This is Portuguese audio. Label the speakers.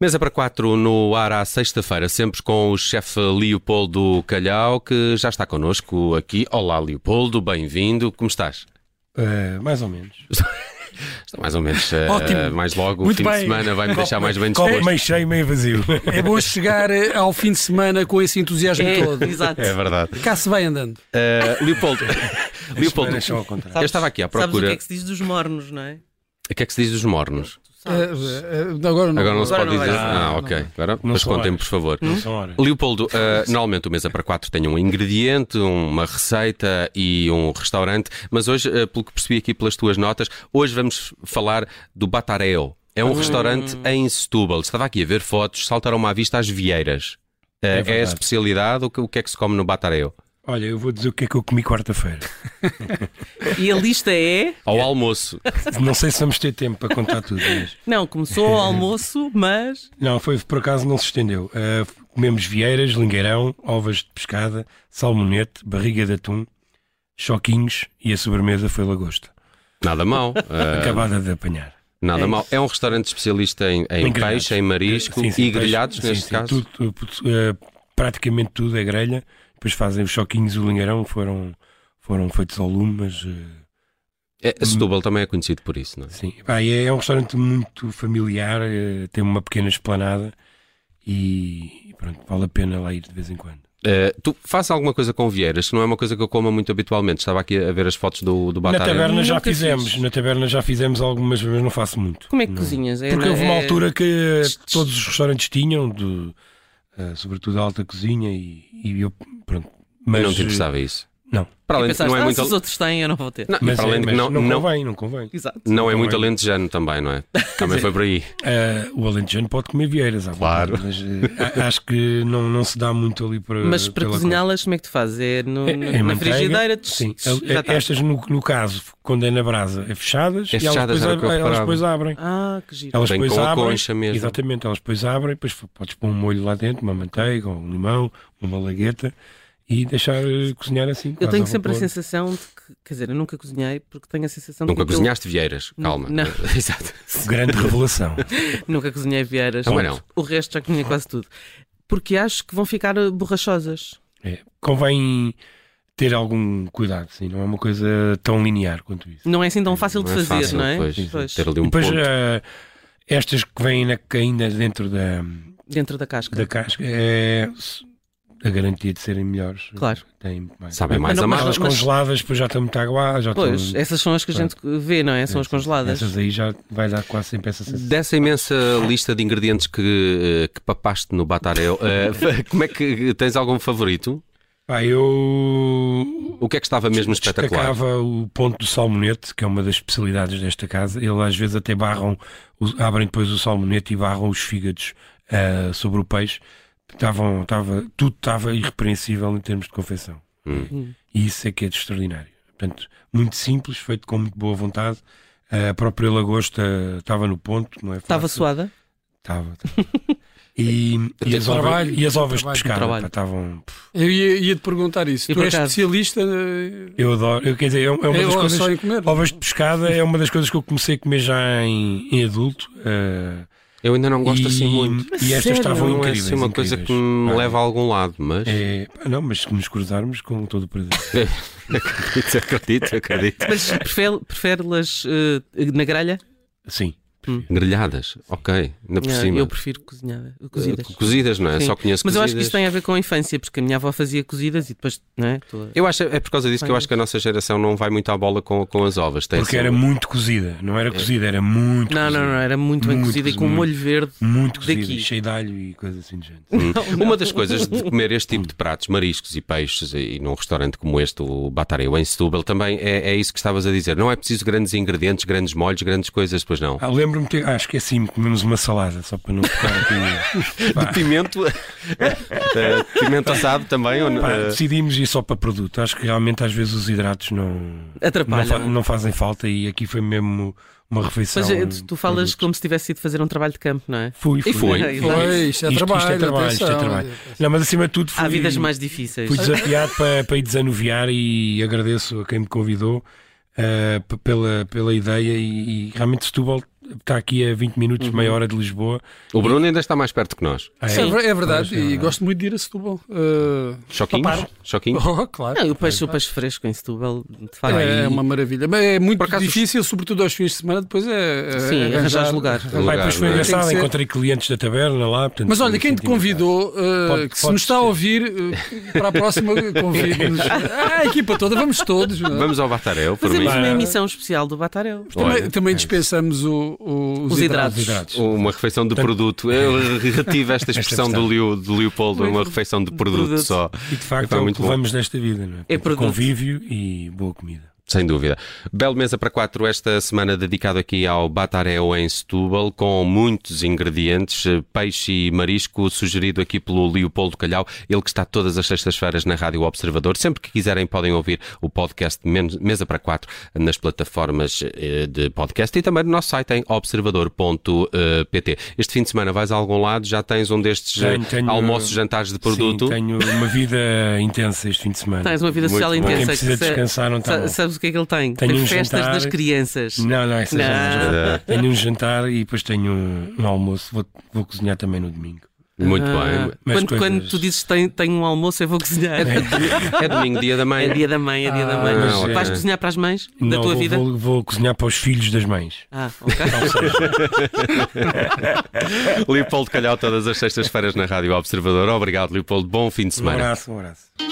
Speaker 1: Mesa para quatro no ar à sexta-feira, sempre com o chefe Leopoldo Calhau, que já está connosco aqui. Olá, Leopoldo, bem-vindo. Como estás?
Speaker 2: É, mais ou menos.
Speaker 1: Está mais ou menos. eh,
Speaker 3: Ótimo.
Speaker 1: mais logo, o
Speaker 3: Muito
Speaker 1: fim de
Speaker 3: bem.
Speaker 1: semana vai-me deixar mais bem
Speaker 2: Copo
Speaker 1: disposto.
Speaker 2: meio cheio, meio vazio.
Speaker 3: É bom chegar eh, ao fim de semana com esse entusiasmo todo.
Speaker 4: Exato.
Speaker 1: É verdade.
Speaker 3: Cá se vai andando.
Speaker 1: Eh, Leopoldo, Leopoldo
Speaker 2: Mas são ao contrário.
Speaker 1: eu estava aqui à
Speaker 4: Sabes o que
Speaker 1: procura.
Speaker 4: é que se diz dos mornos, não é?
Speaker 1: O que é que se diz dos mornos?
Speaker 4: Ah,
Speaker 3: Eh, agora não.
Speaker 1: Agora não se
Speaker 4: Agora
Speaker 1: pode
Speaker 4: não vai
Speaker 1: dizer.
Speaker 4: ser.
Speaker 1: Ah, ok. Agora, mas
Speaker 2: são
Speaker 1: contem-me,
Speaker 2: horas.
Speaker 1: por favor.
Speaker 2: Não são horas.
Speaker 1: Leopoldo, eh, normalmente o Mesa para Quatro tem um ingrediente, uma receita e um restaurante, mas hoje, eh, pelo que percebi aqui pelas tuas notas, hoje vamos falar do Batareo. É
Speaker 2: Ah.
Speaker 1: um restaurante em Setúbal. Estava aqui a ver fotos, saltaram-me à vista as vieiras. Eh, é, a
Speaker 2: verdade.
Speaker 1: especialidade, o que, o que é que se come no Batareo?
Speaker 2: Olha, eu vou dizer o que é que eu comi quarta-feira.
Speaker 4: E a lista é.
Speaker 1: Ao almoço.
Speaker 2: Não sei se vamos ter tempo para contar tudo. Mas...
Speaker 4: Não, começou o almoço, mas.
Speaker 2: Não, foi por acaso não se estendeu. Ah, comemos vieiras, lingueirão, ovas de pescada, salmonete, barriga de atum, choquinhos e a sobremesa foi lagosta.
Speaker 1: Nada mal. eh,
Speaker 2: Acabada de apanhar.
Speaker 1: nada mal. É um restaurante especialista em, em
Speaker 2: Em grelhados.
Speaker 1: peixe, em marisco
Speaker 2: Sim, sim,
Speaker 1: e
Speaker 2: peixe,
Speaker 1: grelhados,
Speaker 2: sim,
Speaker 1: neste
Speaker 2: sim,
Speaker 1: caso.
Speaker 2: tudo, tudo, tudo, eh, praticamente tudo é grelha. Depois fazem os choquinhos, o lingueirão, foram, foram feitos ao lume, mas eh,
Speaker 1: É, Setúbal também é conhecido por isso, não é?
Speaker 2: sim. Pá, é, é um restaurante muito familiar, eh, tem uma pequena esplanada e, e pronto, vale a pena lá ir de vez em quando.
Speaker 1: Uh, tu fazes alguma coisa com vieiras, que não é uma coisa que eu como muito habitualmente. Estava aqui a ver as fotos do, do
Speaker 2: Na
Speaker 1: Batalha.
Speaker 2: taberna já
Speaker 4: Nunca
Speaker 2: fizemos,
Speaker 4: fiz.
Speaker 2: na taberna já fizemos algumas, mas não faço muito.
Speaker 4: Como é que
Speaker 2: Não.
Speaker 4: cozinhas? É,
Speaker 2: Porque houve uma
Speaker 4: é-
Speaker 2: altura que eh, todos os restaurantes tinham, de, eh, sobretudo a alta cozinha, e, e eu, pronto. Mas, eh,
Speaker 1: Eu não te interessava isso.
Speaker 2: não.
Speaker 1: Para
Speaker 4: E
Speaker 1: além de que
Speaker 4: pensaste,
Speaker 1: não é
Speaker 4: "Ah,
Speaker 1: muito.
Speaker 4: se os outros têm, eu não vou ter.
Speaker 1: Não, e
Speaker 2: Mas,
Speaker 1: para
Speaker 2: é,
Speaker 1: além de que
Speaker 2: mas
Speaker 1: não,
Speaker 2: não,
Speaker 1: não,
Speaker 2: convém, não convém.
Speaker 4: Exato.
Speaker 1: não é muito
Speaker 2: convém.
Speaker 1: alentejano também, não é? Também foi por aí.
Speaker 2: Ah, o Alentejano pode comer vieiras, à
Speaker 1: Claro.
Speaker 2: vontade, mas ah, acho que não, não se dá muito ali para.
Speaker 4: Mas para
Speaker 2: pela
Speaker 4: cozinhá-las, como é que tu fazes? É no-
Speaker 2: coisa.
Speaker 4: no-
Speaker 2: É- é
Speaker 4: na
Speaker 2: manteiga,
Speaker 4: frigideira? tch,
Speaker 2: Sim.
Speaker 1: é
Speaker 4: tch, já tá.
Speaker 2: Estas, no, no caso, quando é na brasa, é fechadas
Speaker 1: É
Speaker 2: e elas
Speaker 1: fechadas,
Speaker 2: depois,
Speaker 1: era o que eu
Speaker 2: ab- elas
Speaker 1: reparava.
Speaker 2: depois abrem.
Speaker 4: Ah, que giro.
Speaker 2: Elas
Speaker 1: Vem
Speaker 2: depois
Speaker 1: com a
Speaker 2: abrem,
Speaker 1: concha mesmo.
Speaker 2: Exatamente, elas depois abrem, depois f- podes pôr um molho lá dentro, uma manteiga, ou um limão, uma lagueta e deixar eh, cozinhar assim.
Speaker 4: Eu
Speaker 2: quase
Speaker 4: tenho
Speaker 2: ao
Speaker 4: sempre a
Speaker 2: vapor.
Speaker 4: sensação de que. Quer dizer, eu nunca cozinhei porque tenho a sensação
Speaker 1: Nunca
Speaker 4: de que. aquilo-
Speaker 1: cozinhaste vieiras, calma.
Speaker 4: Não.
Speaker 1: Exato.
Speaker 2: Grande revelação.
Speaker 4: Nunca cozinhei vieiras.
Speaker 1: Também Então, não.
Speaker 4: O resto já cozinhei quase tudo. Porque acho que vão ficar eh, borrachosas.
Speaker 2: É, convém ter algum cuidado, sim, não é uma coisa tão linear quanto isso.
Speaker 4: Não é assim tão fácil de
Speaker 1: Não é
Speaker 4: fazer,
Speaker 1: fácil,
Speaker 4: não é?
Speaker 1: pois,
Speaker 4: Pois.
Speaker 1: Ter ali um
Speaker 2: Depois,
Speaker 1: ponto.
Speaker 2: eh, estas que vêm na- que ainda dentro da,
Speaker 4: Dentro da casca.
Speaker 2: da casca, é s- a garantia de serem melhores. eh,
Speaker 4: Claro.
Speaker 2: Têm muito mais.
Speaker 1: Sabem é mais
Speaker 4: Mas não- mas-
Speaker 1: amargas.
Speaker 2: Aquelas congeladas, depois já estão muito aguadas, já
Speaker 4: Pois,
Speaker 2: estão.
Speaker 4: essas são as que a gente vê, não é? São as congeladas.
Speaker 2: Essas aí já vai dar quase sempre essa sensação.
Speaker 1: Dessa imensa lista de ingredientes que, eh, que papaste no Batarel, eh, como é que tens algum favorito?
Speaker 2: Pá, eu
Speaker 1: O que é que estava mesmo espetacular?
Speaker 2: Destacava o ponto do salmonete, que é uma das especialidades desta casa. Eles às vezes até barram, o- abrem depois o salmonete e barram os fígados ah, sobre o peixe. Estavam, estava, tudo estava irrepreensível em termos de confecção.
Speaker 4: Hum.
Speaker 2: E isso é que é de extraordinário. Portanto, muito simples, feito com muito boa vontade. Ah, A própria lagosta estava no ponto, não é?
Speaker 4: Estava
Speaker 2: fácil.
Speaker 4: suada?
Speaker 2: Estava. estava. E, e, as ovas,
Speaker 3: trabalho,
Speaker 2: e as ovas de
Speaker 3: trabalho,
Speaker 2: pescada
Speaker 4: trabalho.
Speaker 2: pá, estavam.
Speaker 3: Eu ia, te perguntar isso.
Speaker 4: E
Speaker 3: tu
Speaker 4: por
Speaker 3: és
Speaker 4: acaso?
Speaker 3: especialista eh,
Speaker 2: Eu adoro. Eu, quer dizer, é uma é uma
Speaker 3: é,
Speaker 2: das
Speaker 3: ó,
Speaker 2: coisas.
Speaker 3: só em comer?
Speaker 2: Ovas de pescada é uma das coisas que eu comecei a comer já em, em adulto. eh,
Speaker 1: Eu ainda não gosto
Speaker 2: e,
Speaker 1: assim muito.
Speaker 2: E estas
Speaker 4: Sério?
Speaker 2: estavam
Speaker 1: Não é
Speaker 2: Ah, incríveis.
Speaker 1: assim uma coisa que
Speaker 2: incríveis.
Speaker 1: me
Speaker 2: Ah,
Speaker 1: leva a algum lado, mas.
Speaker 2: é, pá, não, mas se nos cruzarmos com todo o prazer.
Speaker 1: acredito, acredito, acredito.
Speaker 4: Mas prefere- prefere-las eh, na grelha?
Speaker 2: Sim.
Speaker 1: Grelhadas, ok, ainda por
Speaker 4: Ah,
Speaker 1: cima.
Speaker 4: Eu prefiro cozinhada, cozidas.
Speaker 1: Eh, cozidas, não é?
Speaker 4: Sim.
Speaker 1: Só conheço
Speaker 4: Mas eu
Speaker 1: cozidas.
Speaker 4: acho que isto tem a ver com a infância, porque a minha avó fazia cozidas e depois, não é? Tô-
Speaker 1: Eu acho- é por causa disso que eu acho que a nossa geração não vai muito à bola com, com as ovas. Tem
Speaker 2: Porque
Speaker 1: assim-
Speaker 2: era muito cozida. Não era cozida, era muito
Speaker 4: É Não,
Speaker 2: cozida.
Speaker 4: não, não, era muito bem
Speaker 2: Muito
Speaker 4: cozida e com
Speaker 2: cozida.
Speaker 4: molho verde.
Speaker 2: Muito cozida,
Speaker 4: Daqui.
Speaker 2: cheio de alho e coisa assim de gente.
Speaker 1: Hum. Uma das coisas de comer este tipo de pratos, mariscos e peixes, e num restaurante como este, o Batareu em Setúbal, também é, é isso que estavas a dizer. Não é preciso grandes ingredientes, grandes molhos, grandes coisas, pois não.
Speaker 2: Ah, Lembro-me, ter... ah, esqueci-me, comemos uma salada, só para não ficar aqui. Ah, Pá,
Speaker 1: De pimento, Eh, pimento assado também, ou não?
Speaker 4: É.
Speaker 2: pá,
Speaker 1: Eh,
Speaker 2: decidimos ir só para produto. Acho que realmente às vezes os hidratos não, não, fa-
Speaker 4: Atrapalha.
Speaker 2: não fazem falta e aqui foi mesmo uma refeição.
Speaker 4: Mas eh, tu- tu falas como se tivesse ido fazer um trabalho de campo, não é?
Speaker 2: Fui, fui.
Speaker 1: E foi.
Speaker 3: Pois, isto é
Speaker 2: Isto-
Speaker 3: trabalho.
Speaker 2: isto é trabalho, isto é
Speaker 3: atenção.
Speaker 2: trabalho. Não, mas acima de tudo fui,
Speaker 4: Há vidas mais difíceis.
Speaker 2: fui desafiado para, para ir desanuviar e eh, agradeço a quem me convidou ah, p- pela, pela ideia e, e realmente Setúbal está aqui a 20 minutos, meia hora de Lisboa.
Speaker 1: O Bruno ainda está mais perto que nós.
Speaker 2: Aí,
Speaker 3: É, ver- é verdade,
Speaker 2: Pois, é
Speaker 3: e
Speaker 2: verdade.
Speaker 3: gosto muito de ir a Setúbal. Eh,
Speaker 1: Choquinhos?
Speaker 3: Papar.
Speaker 1: Choquinhos?
Speaker 3: oh, claro.
Speaker 4: Não, e o peixe, o peixe fresco em Setúbal, de facto.
Speaker 3: É, uma maravilha. Mas é muito
Speaker 1: Por acaso-
Speaker 3: difícil, sobretudo aos fins de semana, depois é. é
Speaker 4: Sim, arranjar lugar.
Speaker 1: Um
Speaker 2: Pá,
Speaker 1: lugar,
Speaker 2: depois foi
Speaker 1: não é?
Speaker 3: Tem
Speaker 2: engraçado,
Speaker 3: que ser-
Speaker 2: encontrei clientes da taberna lá. portanto,
Speaker 3: Mas
Speaker 2: foi
Speaker 3: olha, quem te
Speaker 2: sentimental.
Speaker 3: convidou, eh,
Speaker 2: Pode-
Speaker 3: que se
Speaker 2: pode
Speaker 3: nos está a
Speaker 2: ser.
Speaker 3: ouvir, eh, para a próxima convide-nos. Ah, a equipa toda, vamos todos. não é?
Speaker 1: Vamos ao Batarel, por mim.
Speaker 4: Fazemos uma
Speaker 2: Para-
Speaker 4: emissão especial do Batarel.
Speaker 1: Olha,
Speaker 3: Também, também dispensamos o- o- os,
Speaker 4: Os hidratos.
Speaker 2: Os hidratos.
Speaker 1: Uma refeição de produto. Eu retive esta expressão do, Leo, do Leopoldo, uma refeição de produto
Speaker 4: produto.
Speaker 1: só.
Speaker 2: E de facto
Speaker 1: Epá,
Speaker 2: é o
Speaker 1: muito
Speaker 2: que
Speaker 1: bom.
Speaker 2: levamos nesta vida, não é? Portanto,
Speaker 4: produto.
Speaker 2: Convívio e boa comida.
Speaker 1: Sem dúvida. Belo Mesa para Quatro, esta semana dedicado aqui ao Batarel em Setúbal, com muitos ingredientes, eh, peixe e marisco, sugerido aqui pelo Leopoldo Calhau, ele que está todas as sextas-feiras na Rádio Observador. Sempre que quiserem podem ouvir o podcast Men- Mesa para Quatro nas plataformas eh, de podcast e também no nosso site em observador.pt. Este fim de semana vais a algum lado, já tens um destes eh,
Speaker 2: Tenho- tenho-
Speaker 1: almoços, jantares de produto?
Speaker 2: Sim, tenho uma vida intensa este fim de semana.
Speaker 4: Tens uma vida
Speaker 1: Muito
Speaker 4: social
Speaker 1: bom.
Speaker 4: intensa.
Speaker 2: Quem precisa
Speaker 4: que sa-
Speaker 2: descansar não está
Speaker 4: sa-
Speaker 2: bom.
Speaker 4: Sabes o que é que ele tem?
Speaker 2: Tenho
Speaker 4: tem
Speaker 2: um
Speaker 4: festas
Speaker 2: jantar.
Speaker 4: das crianças.
Speaker 2: Não, não, isso é só um
Speaker 4: Não.
Speaker 2: jantar. Tenho um jantar e depois tenho um, um almoço. Vou, vou cozinhar também no domingo.
Speaker 1: Muito
Speaker 4: Ah,
Speaker 1: bem.
Speaker 2: Mas
Speaker 4: quando,
Speaker 2: coisas-
Speaker 4: quando tu dizes tenho, tenho um almoço, eu vou cozinhar.
Speaker 1: É domingo, dia da mãe.
Speaker 4: É dia da mãe, é dia da mãe.
Speaker 1: mas,
Speaker 2: é-
Speaker 4: Vais cozinhar para as mães da
Speaker 2: não,
Speaker 4: tua
Speaker 2: vou,
Speaker 4: vida?
Speaker 2: Vou, vou cozinhar para os filhos das mães.
Speaker 4: Ah, ok.
Speaker 1: Leopoldo Calhau, todas as sextas-feiras na Rádio Observador. Obrigado, Leopoldo. Bom fim de
Speaker 2: Um
Speaker 1: semana.
Speaker 2: abraço, um abraço.